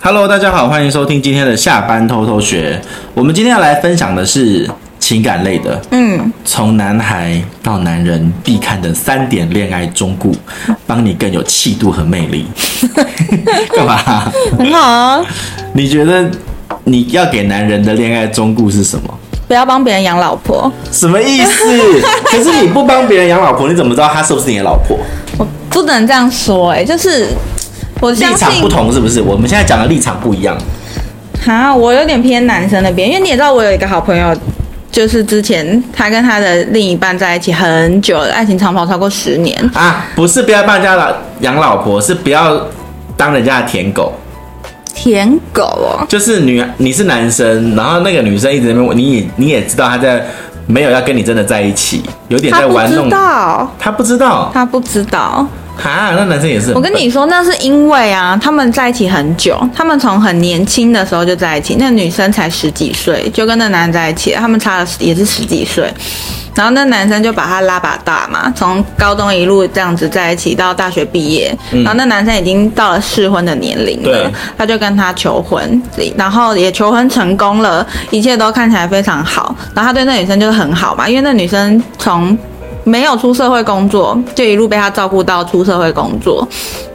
Hello，大家好，欢迎收听今天的下班偷偷学。我们今天要来分享的是情感类的，嗯，从男孩到男人必看的三点恋爱忠告，帮你更有气度和魅 力。干嘛？很好啊，你觉得你要给男人的恋爱忠告是什么？不要帮别人养老婆，什么意 思？可是你不帮别人养老婆，你怎么知道她是不是你的老婆？我不能这样说、哎，就是我立相场信不同是不是？我们现在讲的立场不一样。哈，我有点偏男生那边，因为你也知道，我有一个好朋友，就是之前他跟他的另一半在一起很久了，爱情长跑超过十年，啊，不是不要帮人家老养老婆，是不要当人家的舔狗。舔狗哦，就是女，你是男生，然后那个女生一直在那边问，你也你也知道她在没有要跟你真的在一起，有点在他不玩弄知。道，她不知道他不知道。啊，那男生也是很笨。我跟你说，那是因为啊，他们在一起很久，他们从很年轻的时候就在一起。那女生才十几岁，就跟那男人在一起了，他们差了十也是十几岁。然后那男生就把她拉把大嘛，从高中一路这样子在一起到大学毕业。然后那男生已经到了适婚的年龄了对，他就跟她求婚，然后也求婚成功了，一切都看起来非常好。然后他对那女生就是很好嘛，因为那女生从没有出社会工作，就一路被他照顾到出社会工作，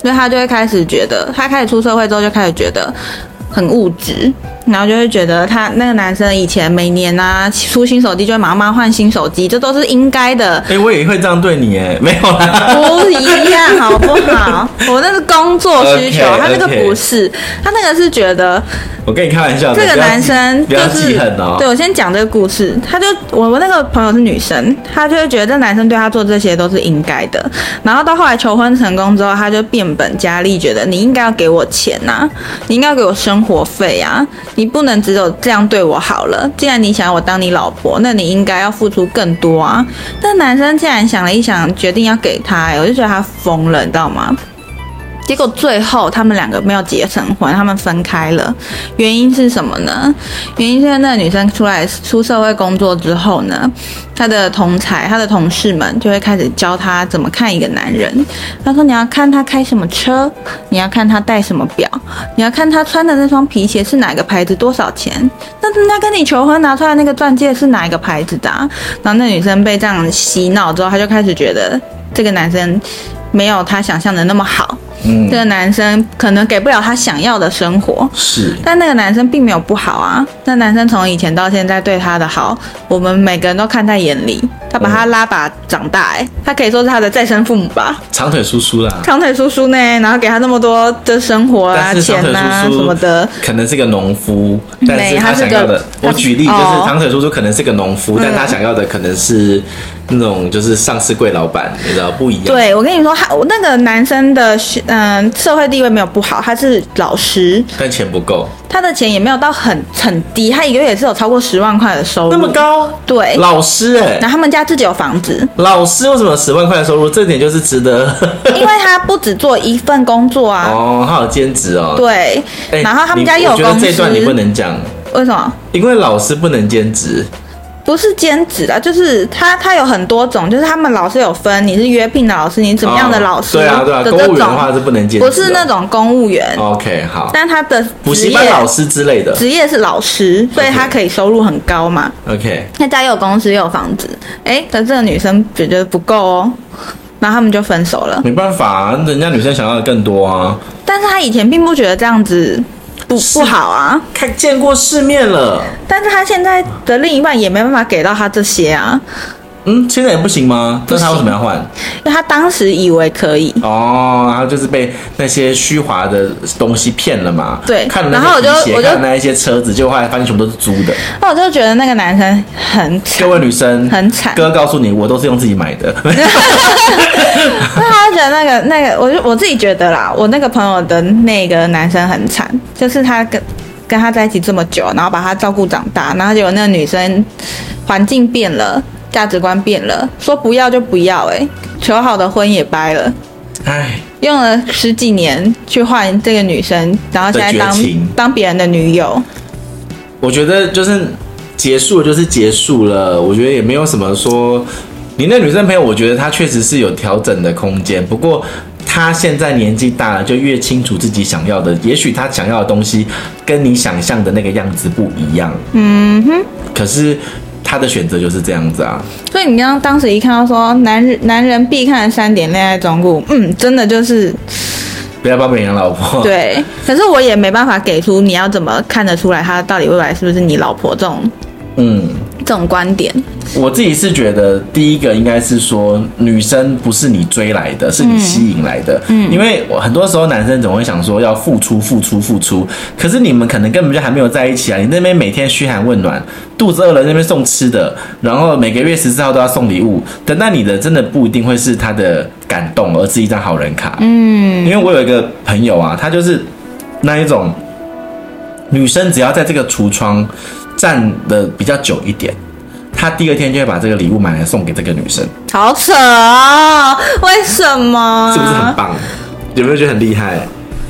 所以他就会开始觉得，他开始出社会之后就开始觉得很物质，然后就会觉得他那个男生以前每年啊出新手机就会马上换新手机，这都是应该的，哎、我也会这样对你哎， 没有啦。不一样，好不好？我那是工作需求 OK，OK 他那个不是，他那个是觉得我跟你开玩笑的。这个不要男生不就要是记恨哦。对我先讲这个故事，他就我我那个朋友是女生，她就会觉得这男生对她做这些都是应该的，然后到后来求婚成功之后，她就变本加厉，觉得你应该要给我钱呐、你应该要给我生活费啊，你不能只有这样对我好了。既然你想要我当你老婆，那你应该要付出更多啊。但男生竟然想了一想，决定要给她、欸，我就觉得他疯了，你知道吗？结果最后他们两个没有结成婚，他们分开了。原因是什么呢？原因是因为那个女生出来出社会工作之后呢，她的同才、她的同事们就会开始教她怎么看一个男人。她说：“你要看他开什么车，你要看他戴什么表，你要看他穿的那双皮鞋是哪个牌子，多少钱。那人家跟你求婚拿出来那个钻戒是哪一个牌子的、啊？”然后那女生被这样洗脑之后，她就开始觉得这个男生没有她想象的那么好。嗯这，个男生可能给不了她想要的生活，是但那个男生并没有不好啊。那男生从以前到现在对她的好，我们每个人都看在眼里。他把她拉拔长大、欸，他可以说是他的再生父母吧，长腿叔叔啦。长腿叔叔呢，然后给他那么多的生活啊、但是长钱腿啊叔什叔么的。可能是个农夫，但是没他他是想要个的，我他是举例就是哦嗯长腿叔叔可能是个农夫，但他想要的可能是那种就是上市柜老板，你知道不一样。，对，我跟你说，他我那个男生的嗯、社会地位没有不好，他是老师，但钱不够，他的钱也没有到很很低，他一个月也是有超过十万块的收入。那么？高，对。哦老师哎、然后他们家自己有房子，老师为什么十万块的收入？这点就是值得因为他不只做一份工作啊， 哦，他有兼职哦。对。哎然后他们家你又有我觉公得司，这段你不能讲，为什么？因为老师不能兼职。不是兼职啊，就是他他有很多种，就是他们老师有分，你是约聘的老师，你怎么样的老师哦的对啊，对啊，这公种，务员的话是不能兼职、啊哦不是那。种公务员， OK，好，但他的补职习业班老师之类的。职业是老师，所以 OK 他可以收入很高嘛。 OK，那家又有公司又有房子，哎，可是这个女生觉得不够哦，然后他们就分手了。没办法、啊，人家女生想要的更多啊。但是他以前并不觉得这样子不是不好啊，看见过世面了，但是他现在的另一半也没办法给到他这些啊，嗯，现在也不行吗？那他为什么要换？因为他当时以为可以。哦，然后就是被那些虚华的东西骗了嘛。对看了然后那我些就皮鞋，我就看了那一些车子，就后来发现全部都是租 的。那我就觉得那个男生很各惨，位女生，很惨哥告诉你，我都是用自己买的。 那他觉得那个那个，我就我自己觉得啦，我那个朋友的那个男生很惨，就是他跟跟他在一起这么久，然后把他照顾长大，然后结果那个女生环境变了，价值观变了，说不要就不要、欸，哎，求好的婚也掰了。唉，用了十几年去换这个女生，然后现在的当绝情当别人的女友，我觉得就是结束了就是结束了，我觉得也没有什么说。你那女生朋友，我觉得她确实是有调整的空间，不过他现在年纪大了，就越清楚自己想要的。也许他想要的东西跟你想象的那个样子不一样。嗯哼。可是他的选择就是这样子啊。所以你刚刚当时一看到说男人男人必看三点恋爱忠告，嗯，真的就是不要帮别人老婆。。对。可是我也没办法给出你要怎么看得出来他到底未来是不是你老婆这种嗯，这种观点。我自己是觉得第一个应该是说，女生不是你追来的，是你吸引来的。嗯，因为我很多时候男生总会想说要付出、付出、付出，可是你们可能根本就还没有在一起啊！你那边每天嘘寒问暖，肚子饿了那边送吃的，然后每个月十四号都要送礼物，等到你的真的不一定会是他的感动，而是一张好人卡。嗯，因为我有一个朋友啊，他就是那一种女生，只要在这个橱窗站的比较久一点。他第二天就会把这个礼物买来送给这个女生，好扯哦，为什么？啊是不是很棒？有没有觉得很厉害？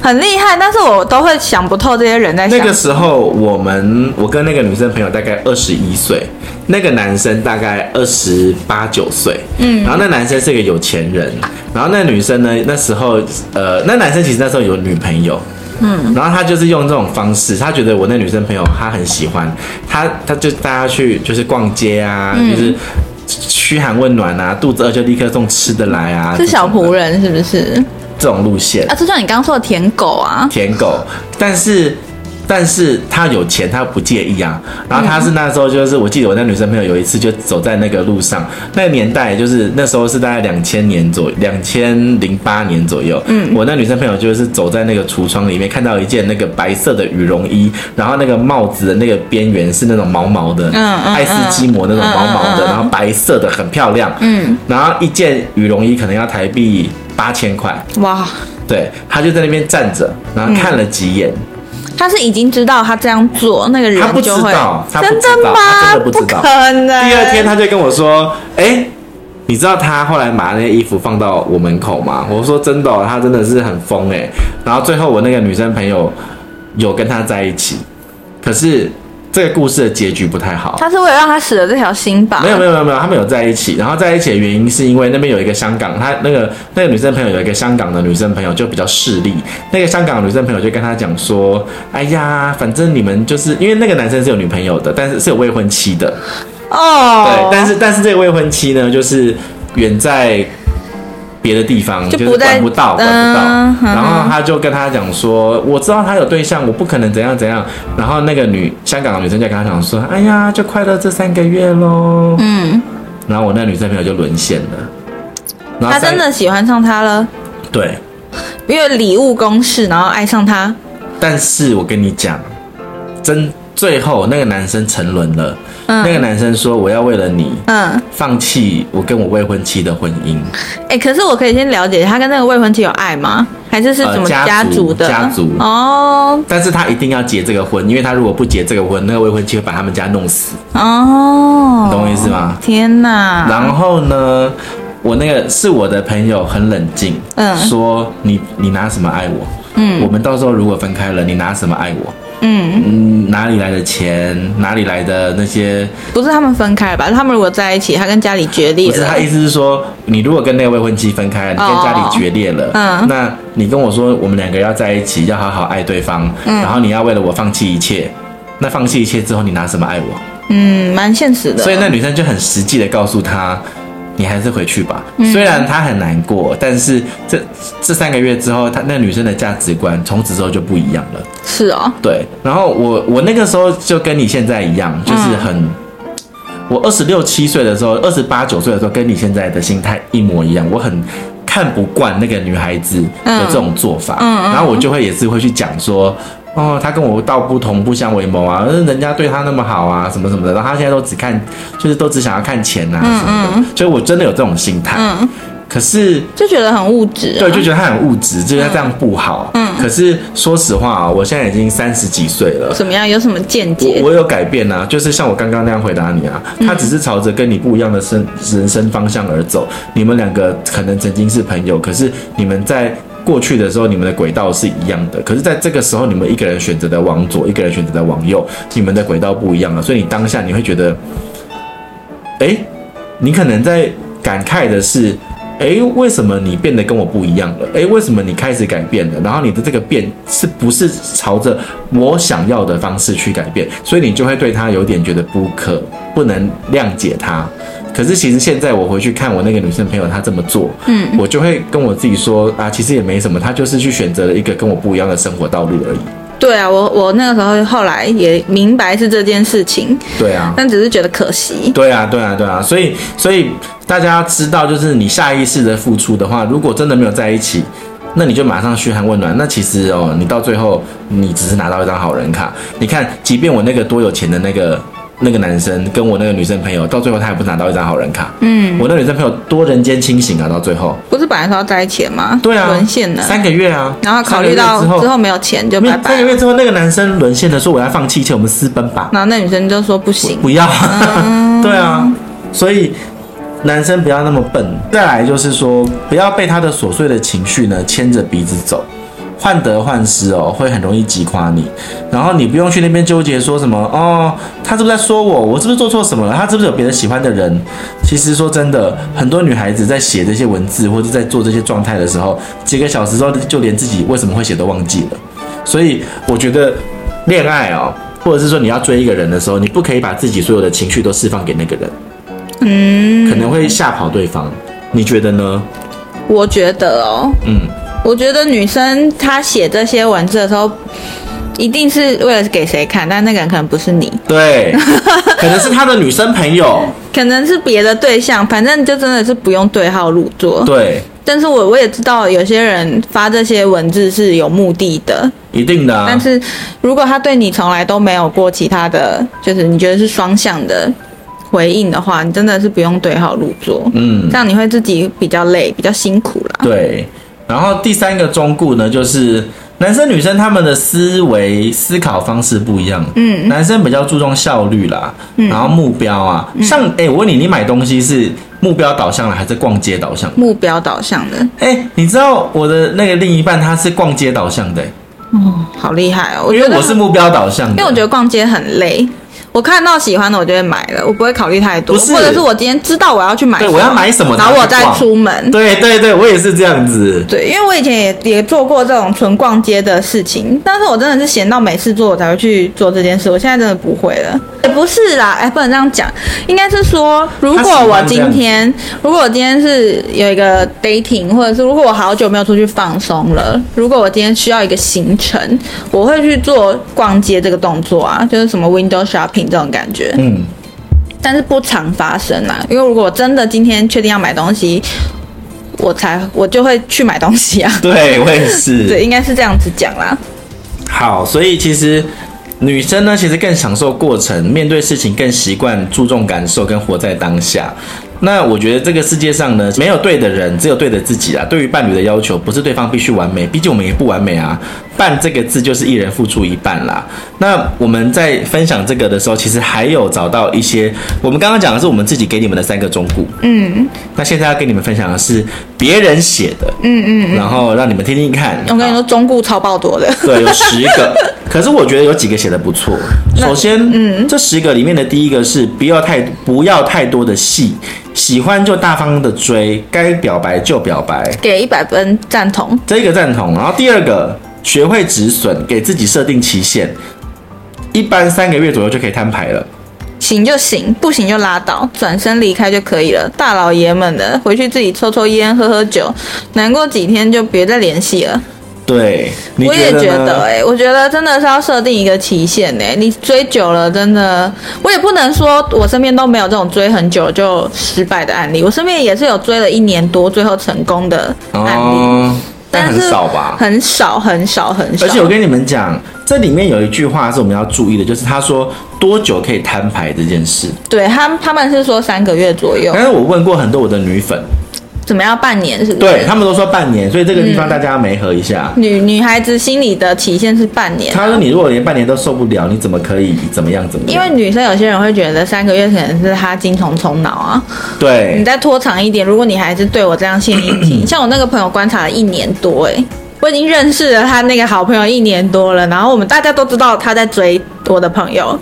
很厉害？但是我都会想不透这些人在想。那个时候，我们我跟那个女生朋友大概二十一岁，那个男生大概二十八九岁，嗯，然后那男生是个有钱人，然后那女生呢，那时候呃，那男生其实那时候有女朋友。嗯，然后他就是用这种方式，他觉得我那女生朋友他很喜欢，他他就带她去就是逛街啊，就是嘘寒问暖啊，肚子饿就立刻送吃的来啊，是小这种仆的人是不是？这种路线啊，就像你刚刚说的舔狗啊，舔狗，但是但是他有钱，他不介意啊。然后他是那时候就是，我记得我那女生朋友有一次就走在那个路上，那个年代就是那时候是大概两千年左两千零八年左右。嗯，我那女生朋友就是走在那个橱窗里面，看到一件那个白色的羽绒衣，然后那个帽子的那个边缘是那种毛毛的，嗯嗯爱斯基摩那种毛毛的，嗯嗯嗯嗯然后白色的很漂亮。嗯，然后一件羽绒衣可能要台币八千块。哇，对他就在那边站着，然后看了几眼，他是已经知道他这样做，那个人他不知就会道他不真知道的吗？他真的不知道可能。第二天他就跟我说：“哎、你知道他后来把那些衣服放到我门口吗？”我说：“真的哦、他真的是很疯哎、然后最后我那个女生朋友有跟他在一起，可是这个故事的结局不太好。他是为了让他死了这条心吧？没有没有有，没有没有，他们有在一起，然后在一起的原因是因为那边有一个香港，他那个那个女生朋友有一个香港的女生朋友就比较势利，那个香港的女生朋友就跟他讲说，哎呀，反正你们就是因为那个男生是有女朋友的，但是是有未婚妻的，哦，对，但是但是这个未婚妻呢，就是远在别的地方，就就不是在管不到，管不到。嗯哼然后他就跟他讲说，我知道他有对象，我不可能怎样怎样。然后那个女香港的女生就跟他讲说，哎呀，就快乐这三个月喽。嗯，然后我那女生朋友就沦陷了。然后他三真的喜欢上他了，对，因为礼物公式，然后爱上他。但是我跟你讲，真最后那个男生沉沦了。那个男生说，我要为了你嗯，放弃我跟我未婚妻的婚姻。哎、可是我可以先了解他跟那个未婚妻有爱吗？还是是呃怎么家族的？家族哦但是他一定要结这个婚，因为他如果不结这个婚，那个未婚妻会把他们家弄死。哦，啊你懂我意思吗天哪！然后呢，我那个是我的朋友很冷静，嗯说你你拿什么爱我？嗯，我们到时候如果分开了，你拿什么爱我？嗯，嗯，哪里来的钱？哪里来的那些？不是他们分开了吧？他们如果在一起，他跟家里决裂不了。是他意思是说，你如果跟那个未婚妻分开了，你跟家里决裂了，哦嗯那你跟我说我们两个要在一起，要好好爱对方，嗯然后你要为了我放弃一切，那放弃一切之后，你拿什么爱我？嗯，蛮现实的。所以那女生就很实际的告诉他，你还是回去吧。虽然她很难过，但是这这三个月之后，她那女生的价值观从此之后就不一样了。是哦，对，然后我我那个时候就跟你现在一样，就是很。我二十六七岁的时候，二十八九岁的时候，跟你现在的心态一模一样。我很看不惯那个女孩子的这种做法，然后我就会也是会去讲说，哦，她跟我道不同不相为谋啊，人家对她那么好啊，什么什么的，然后她现在都只看，就是都只想要看钱啊什么的，所以我真的有这种心态。嗯可是就觉得很物质、啊。对，就觉得他很物质，就是他这样不好。嗯，可是说实话啊、我现在已经三十几岁了。怎么样？有什么见解我？我有改变啊，就是像我刚刚那样回答你啊，他只是朝着跟你不一样的生人生方向而走。你们两个可能曾经是朋友，可是你们在过去的时候，你们的轨道是一样的。可是在这个时候，你们一个人选择的往左，一个人选择的往右，你们的轨道不一样了，所以你当下你会觉得，哎、你可能在感慨的是，诶，为什么你变得跟我不一样了？诶，为什么你开始改变了？然后你的这个变是不是朝着我想要的方式去改变？所以你就会对他有点觉得不可不能谅解他。可是其实现在我回去看我那个女生朋友，她这么做，嗯，我就会跟我自己说啊，其实也没什么，她就是去选择了一个跟我不一样的生活道路而已。对啊，我我那个时候后来也明白是这件事情，对啊，但只是觉得可惜。对啊，对啊，对啊，所以所以大家要知道，就是你下意识的付出的话，如果真的没有在一起，那你就马上嘘寒问暖。那其实哦，你到最后你只是拿到一张好人卡。你看，即便我那个多有钱的那个那个男生跟我那个女生朋友，到最后他也不是拿到一张好人卡。嗯，我那女生朋友多人间清醒啊，到最后。不是本来说要在一起的吗？对啊，沦陷了。三个月啊，然后考虑到三个月之之后后没有钱就没有拜三拜个，月之后，那个男生沦陷了，说我要放弃一切，我们私奔吧。然后那女生就说不行，不要， 对啊，所以男生不要那么笨。再来就是说，不要被他的琐碎的情绪呢牵着鼻子走。患得患失哦，会很容易击垮你。然后你不用去那边纠结说什么哦，他是不是在说我？我是不是做错什么了？他是不是有别的喜欢的人？其实说真的，很多女孩子在写这些文字或者在做这些状态的时候，几个小时之后就连自己为什么会写都忘记了。所以我觉得恋爱哦，或者是说你要追一个人的时候，你不可以把自己所有的情绪都释放给那个人，嗯，可能会吓跑对方。你觉得呢？我觉得哦，嗯，我觉得女生她写这些文字的时候，一定是为了给谁看，但那个人可能不是你，对，可能是他的女生朋友，可能是别的对象，反正就真的是不用对号入座。对，但是我我也知道有些人发这些文字是有目的的，一定的、啊但。是如果他对你从来都没有过其他的，就是你觉得是双向的回应的话，你真的是不用对号入座，嗯这样你会自己比较累，比较辛苦啦。对，然后第三个忠固呢，就是男生女生他们的思维思考方式不一样。嗯，男生比较注重效率啦，然后目标啊，像哎、我问你，你买东西是目标导向的还是逛街导向的？目标导向的，哎、你知道我的那个另一半他是逛街导向的、好厉害哦！我因觉为得我是目标导向的，因为我觉得逛街很累，我看到喜欢的我就会买了，我不会考虑太多，不是或者是我今天知道我要去买对我要买什么然后才我去再逛出门。对对对，我也是这样子。对，因为我以前也也做过这种纯逛街的事情，但是我真的是闲到没事做，我才会去做这件事。我现在真的不会了，也不是啦，哎，不能这样讲，应该是说，如他果喜欢我这今样子天，如果我今天是有一个 dating，或者是如果我好久没有出去放松了，如果我今天需要一个行程，我会去做逛街这个动作啊，就是什么 window shopping 这种感觉。嗯，但是不常发生啦。因为如果我真的今天确定要买东西，我才我就会去买东西啊。对我也是。对，应该是这样子讲啦。好，所以其实女生呢，其实更享受过程，面对事情更习惯注重感受跟活在当下。那我觉得这个世界上呢，没有对的人，只有对的自己啊。对于伴侣的要求，不是对方必须完美，毕竟我们也不完美啊。半这个字就是一人付出一半啦。那我们在分享这个的时候，其实还有找到一些，我们刚刚讲的是我们自己给你们的三个忠告，嗯，那现在要跟你们分享的是别人写的，嗯嗯然后让你们听听看。我跟你好说，中顾超爆多的。 对，有十个，可是我觉得有几个写的不错。首先，嗯，这十个里面的第一个是不要太不要太多的戏，喜欢就大方的追，该表白就表白，给一百分赞同，这个赞同。然后第二个，学会止损，给自己设定期限，一般三个月左右就可以摊牌了。行就行，不行就拉倒，转身离开就可以了。大老爷们的，回去自己抽抽烟，喝喝酒，难过几天就别再联系了。对，你我也觉得觉呢得、欸，哎，我觉得真的是要设定一个期限、欸，哎，你追久了，真的，我也不能说我身边都没有这种追很久就失败的案例，我身边也是有追了一年多最后成功的案例，哦，但但很是少吧？很少很少很少。而且我跟你们讲，这里面有一句话是我们要注意的，就是他说多久可以摊牌这件事。对他们他们是说三个月左右，但是我问过很多我的女粉，怎么样半年是不是？对他们都说半年，所以这个地方大家要媒合一下。女女孩子心里的期限是半年。他说你如果连半年都受不了，你怎么可以怎么样怎么因样？为女生有些人会觉得三个月可能是她精虫充脑啊，你对嗯再拖长一点，如果你还是对我这样献殷勤，像我那个朋友观察了一年多、欸，我已经认嗯识了他那个好朋友一年多了，然后我们大家都知道他在追我的朋友，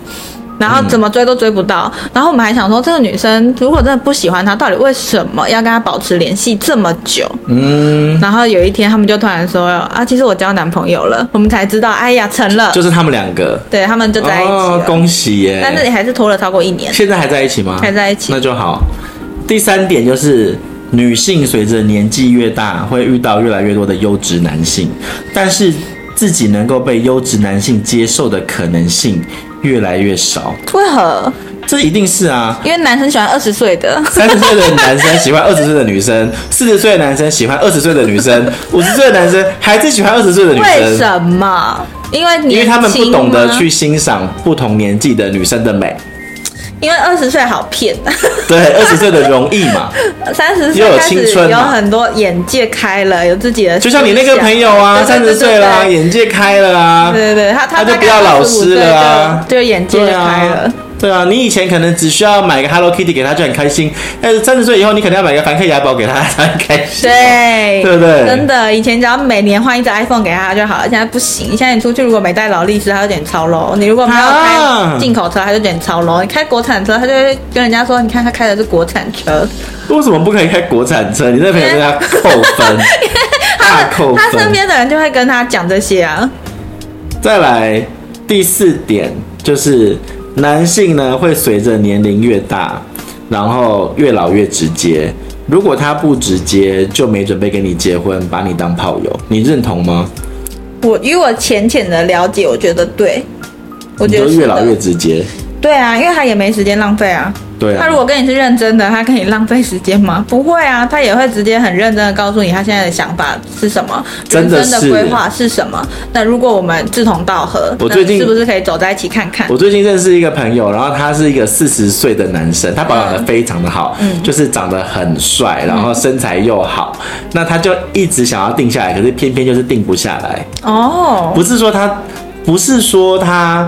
然后怎么追都追不到。然后我们还想说，这个女生如果真的不喜欢他，到底为什么要跟他保持联系这么久？嗯，然后有一天，他们就突然说啊，其实我交男朋友了，我们才知道，哎呀，成了，就是他们两个对他们就在一起哦了。，恭喜耶！但是你还是拖了超过一年。现在还在一起吗？还在一起那就好。第三点就是，女性随着年纪越大，会遇到越来越多的优质男性，但是自己能够被优质男性接受的可能性越来越少。为何？这一定是啊，因为男生喜欢二十岁的，三十岁的男生喜欢二十岁的女生，四十岁的男生喜欢二十岁的女生，五十岁的男生还是喜欢二十岁的女为生。什么？因为年轻因为他们不懂得吗去欣赏不同年纪的女生的美，因为二十岁好骗， 对二十岁的容易嘛，三十又有岁开青始春有嘛很多眼界开了，有自己的思就想，像你那个朋友啊，对三对十对岁啦，对眼界开了啊，对对对，他他就大概不要老师25岁了啊就就眼界对就开了啊。，对啊，你以前可能只需要买个 Hello Kitty 给他就很开心，但是三十岁以后你可能要买个梵克雅宝给他， 他很开心。对对不对真的，以前只要每年换一只 iPhone 给他就好了，现在不行。现在你出去如果没带劳力士，他就点超 low；你如果没有啊开进口车，他就点超 low；你开国产车，他就会跟人家说：“你看他开的是国产车。为什么不可以开国产车？你那朋友对他扣分，他大的扣”他身分。边的人就会跟他讲这些啊。再来第四点就是男性呢会随着年龄越大，然后越老越直接。如果他不直接，就没准备跟你结婚，把你当炮友，你认同吗？我以我浅浅的了解，我觉得对，我你觉就得是越的老越直接。对啊，因为他也没时间浪费啊。对啊，他如果跟你是认真的，他跟你浪费时 间吗？不会啊，他也会直接很认真的告诉你他现在的想法是什么，真的人是生的规划是什么。那如果我们志同道合，我最近那是不是可以走在一起看看？我最近认识一个朋友，然后他是一个四十岁的男生，他保养的非常的好，嗯就是长得很帅，然后身材又好，那他就一直想要定下来，可是偏偏就是定不下来。哦，不是说他，不是说他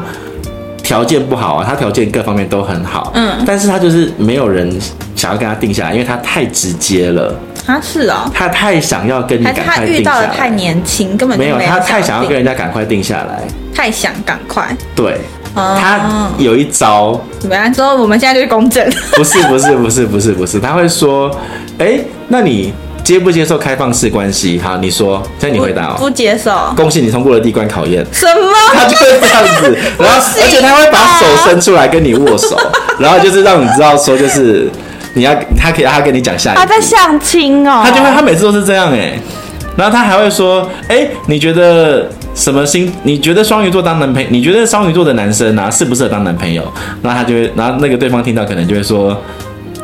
条件不好啊，他条件各方面都很好，嗯但是他就是没有人想要跟他定下来，因为他太直接了，他是哦，他太想要跟你还赶是他快遇定下到的来，太年轻，根本就没有，有他太想要定跟人家赶快定下来，太想赶快。对。哦他有一招，怎么样？之后我们现在就是公正，不是不是不是不是不是，他会说，哎、那你接不接受开放式关系？好，你说，现在你回答不哦。不接受恭喜你通过了第一关考验。什么？他就会这样 子，然后不行而且他会把手伸出来跟你握手， 然后就是让你知道说就是你要他可以他跟你讲下一啊他在步，相亲哦，他就会他每次都是这样哎、然后他还会说，哎、你觉得什么星？你觉得双鱼座当男朋你觉得双鱼座的男生啊适不适合当男朋友？然后他就会，然后那个对方听到可能就会说。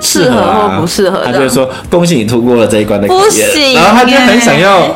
适合适啊合或不适合他就会说恭喜你通过了这一关的考不验，行然后他就很想要欸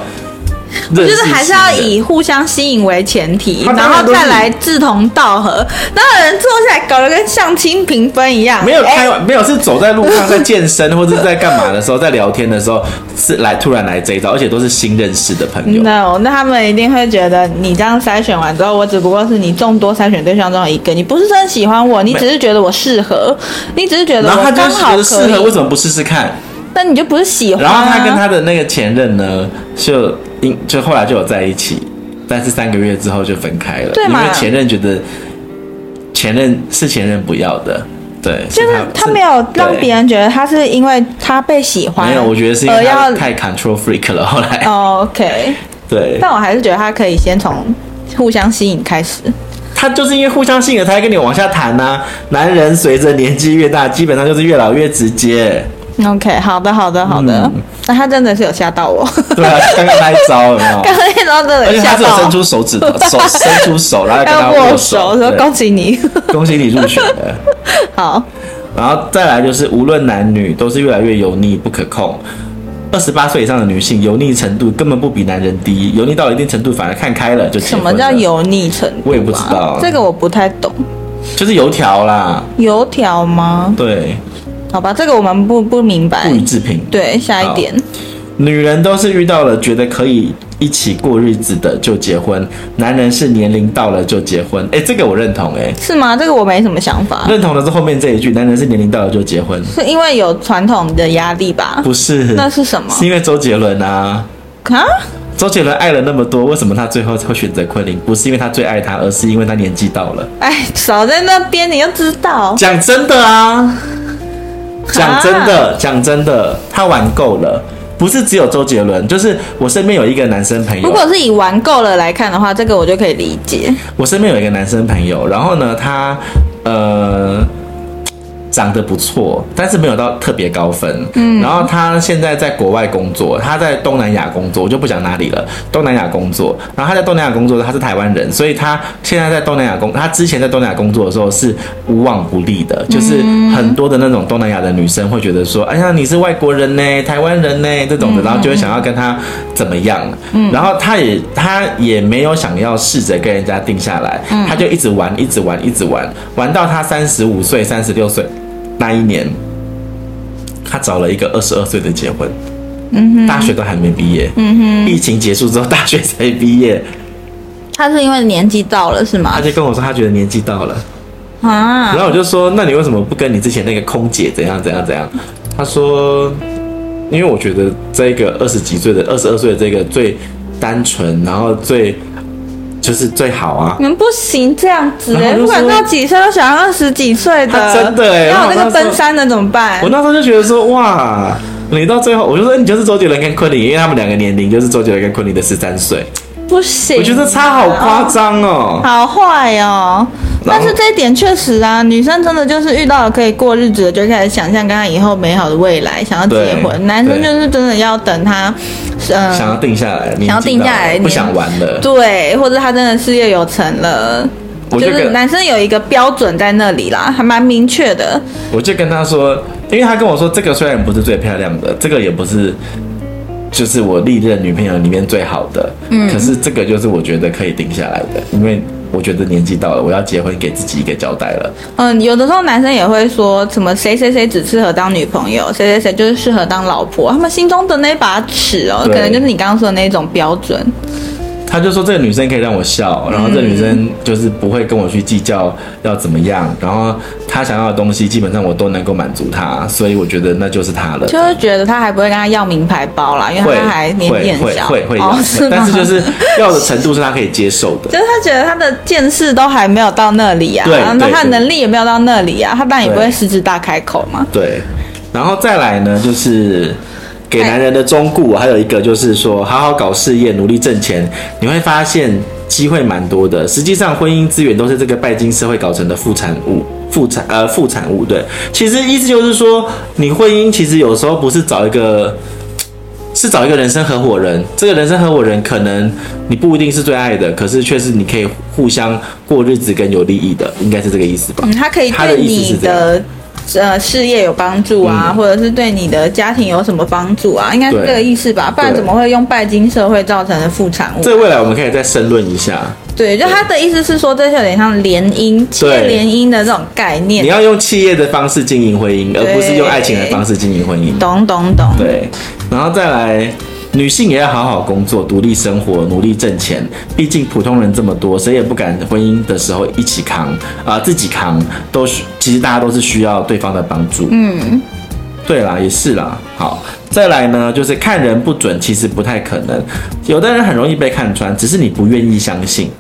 认识新的，就是还是要以互相吸引为前提，他当然然后都是再来志同道合。那有人坐下来搞得跟相亲评分一 样，没有哎开玩，没有是走在路上在健身或者是在干嘛的时候，在聊天的时候是来突然来这一招，而且都是新认识的朋友。 No，那他嗯们一定会觉得你这样筛选完之后，我只不过是你众多筛选对象中的一个，你不是真的喜欢我，你没只是觉得我适合，你只是觉得然后我他就刚是觉好可得适合，为以，什么不试试看？那你就不是喜欢、然啊。后他跟他的那个前任呢，就因就后来就有在一起，但是三个月之后就分开了，对因嘛为前任觉得前任是前任不要的，对，就是他没有让别。是人觉得他是因为他被喜对欢，没有，我觉得是因为而他要太 control freak 了。后来，哦 OK， 对，但我还是觉得他可以先从互相吸引开始。他就是因为互相信任，才会跟你往下谈呐、男人随着年纪越大，基本上就是越老越直接。 OK，好的，好的，好的。嗯那、他真的是有吓到我，对啊， 刚刚那一招有没有？刚刚那招真而的且有他吓只有到伸。出手指头， 手伸出手，然后跟他要握手，说对恭喜你。 恭喜你入选了。好，然后再来就是，无论男女，都是越来越油腻不可控。二十八岁以上的女性油腻程度根本不比男人低，油腻到一定程度反而看开了就结什婚么了叫？油腻程度、啊？我也不知道这个我不太懂。就是油条啦，油条吗？对，好吧，这个我们不不明白不。予置评。对，下一点，女人都是遇到了觉得可以一起过日子的就结婚，男人是年龄到了就结婚。哎、这个我认同、诶是吗？这个我没什么想法哎，，认同的是后面这一句，男人是年龄到了就结婚，是因为有传统的压力吧？不是？那是什么是因为周杰伦啊，啊？周杰伦爱了那么多，为什么他最后会选择昆凌？不是因为他最爱他，而是因为他年纪到了。哎，少在那边，你又知道。讲真的啊，讲真啊的，讲真的，他玩够了。不是只有周杰伦，就是我身边有一个男生朋友。如果是以玩够了来看的话，这个我就可以理解。我身边有一个男生朋友，然后呢，他呃长得不错，但是没有到特别高分。嗯，然后他现在在国外工作，他在东南亚工作，我就不讲哪里了。东南亚工作，然后他在东南亚工作，他是台湾人，所以他现在在东南亚工，他之前在东南亚工作的时候是无往不利的，就是很多的那种东南亚的女生会觉得说，哎呀，你是外国人呢，台湾人呢这种的，然后就会想要跟他怎么样。嗯，然后他也他也没有想要试着跟人家定下来，他就一直玩，一直玩，一直玩，玩到他三十五岁、三十六岁那一年，他找了一个二十二岁的结婚。大学都还没毕业，疫情结束之后，大学才毕业，他是因为年纪到了是吗他？就跟我说他觉得年纪到了，啊然，后我就说，那你为什么不跟你之前那个空姐怎样怎样怎样？他说，因为我觉得这个二十几岁的、二十二岁的这个最单纯，然后最就是最好啊。你们不行这样子哎、然后就不说管到几岁都想要二十几岁他的，真的哎要然后有那个他说奔三的怎么办我？那时候就觉得说，哇，你到最后，我就说你就是周杰伦跟昆凌，因为他们两个年龄就是周杰伦跟昆凌的十三岁，不行，我觉得差好夸张 哦。好坏哦。然后但是这一点确实啊，女生真的就是遇到了可以过日子的，就开始想象跟他以后美好的未来，想要结对婚；男生对就是真的要等他，嗯、想要定下来，年纪想要定下来到了不想玩了。对，或者他真的事业有成了。我就就跟是男生有一个标准在那里啦，还蛮明确的。我就跟他说，因为他跟我说，这个虽然不是最漂亮的，这个也不是，就是我历任女朋友里面最好的，嗯，可是这个就是我觉得可以定下来的，因为我觉得年纪到了，我要结婚，给自己一个交代了。嗯，有的时候男生也会说什么谁谁谁只适合当女朋友，谁谁谁就是适合当老婆。他们心中的那把尺哦，对可能就是你刚刚说的那种标准。他就说这个女生可以让我笑，然后这个女生就是不会跟我去计较要怎么样，然后她想要的东西基本上我都能够满足她，所以我觉得那就是她了。就是觉得他还不会跟他要名牌包啦，因为会他还年纪会很会小，会会哦要， 是吗？但是就是要的程度是她可以接受的。就是他觉得他的见识都还没有到那里啊，对那对他的对能力也没有到那里啊，他当然也不对会狮子大开口嘛。对，然后再来呢，就是给男人的忠告，还有一个就是说，好好搞事业，努力挣钱，你会发现机会蛮多的。实际上，婚姻资源都是这个拜金社会搞成的副产物。副产呃副产物对，其实意思就是说，你婚姻其实有时候不是找一个，呃是找一个人生合伙人。这个人生合伙人可能你不一定是最爱的，可是却是你可以互相过日子跟有利益的，应该是这个意思吧？嗯，他可以他的对意思你是这样的呃事业有帮助啊，嗯或者是对你的家庭有什么帮助啊，应该是对这个意思吧？不然对怎么会用拜金社会造成的副产物？这未来我们可以再深论一下。对，就他的意思是说，这就有点像联姻、企业对联姻的这种概念你。要用企业的方式经营婚姻，而不是用爱情的方式经营婚姻。懂懂懂，对，然后再来，女性也要好好工作，独立生活，努力挣钱。毕竟普通人这么多，谁也不敢婚姻的时候一起扛啊、自己扛都需，其实大家都是需要对方的帮助。嗯，对啦，也是啦。好，再来呢，就是看人不准，其实不太可能。有的人很容易被看穿，只是你不愿意相信。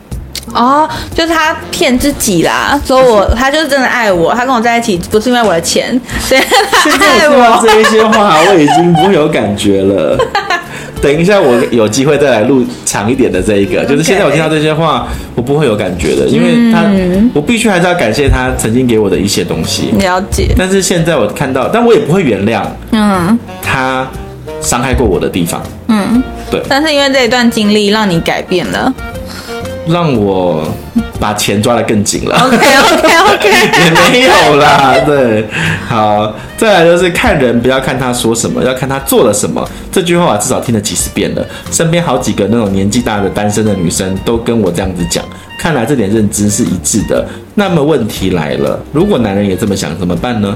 哦，就是他骗自己啦，说我他就是真的爱我，他跟我在一起不是因为我 的钱，所以他现爱在我听我到。这一些话，我已经不会有感觉了。等一下，我有机会再来录长一点的这一个。就是现在我听到这些话，我不会有感觉的，因为他，我必须还是要感谢他曾经给我的一些东西。了解，但是现在我看到，但我也不会原谅嗯他伤害过我的地方，嗯，对但是因为这一段经历让你改变了。让我把钱抓得更紧了。 OK OK OK， 也没有 啦，对，好，再来就是看人，不要看他说什么，要看他做了什么。这句话我至少听了几十遍了，身边好几个那种年纪大的单身的女生都跟我这样子讲，看来这点认知是一致的。那么问题来了，如果男人也这么想，怎么办呢？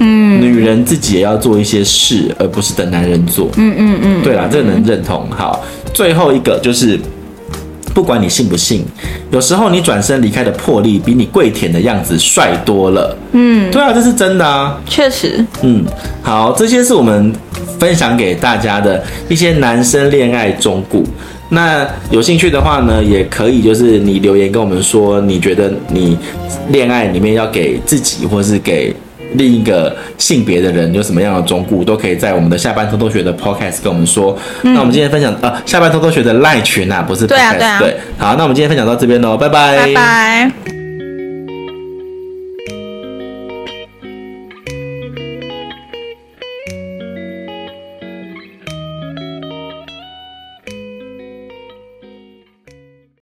嗯，女人自己也要做一些事，而不是等男人做。嗯嗯嗯，对啦，这个能认同。好，最后一个就是不管你信不信，有时候你转身离开的魄力比你跪舔的样子帅多了。嗯，对啊，这是真的啊。确实，嗯，好，这些是我们分享给大家的一些男生恋爱忠告。那有兴趣的话呢，也可以就是你留言跟我们说，你觉得你恋爱里面要给自己或是给另一个性别的人有什么样的忠告，都可以在我们的下班偷偷学的 podcast 跟我们说。那我们今天分享呃下班偷偷学的赖群啊，不是 podcast, 对啊对啊哎好，那我们今天分享到这边喽，拜拜，拜拜。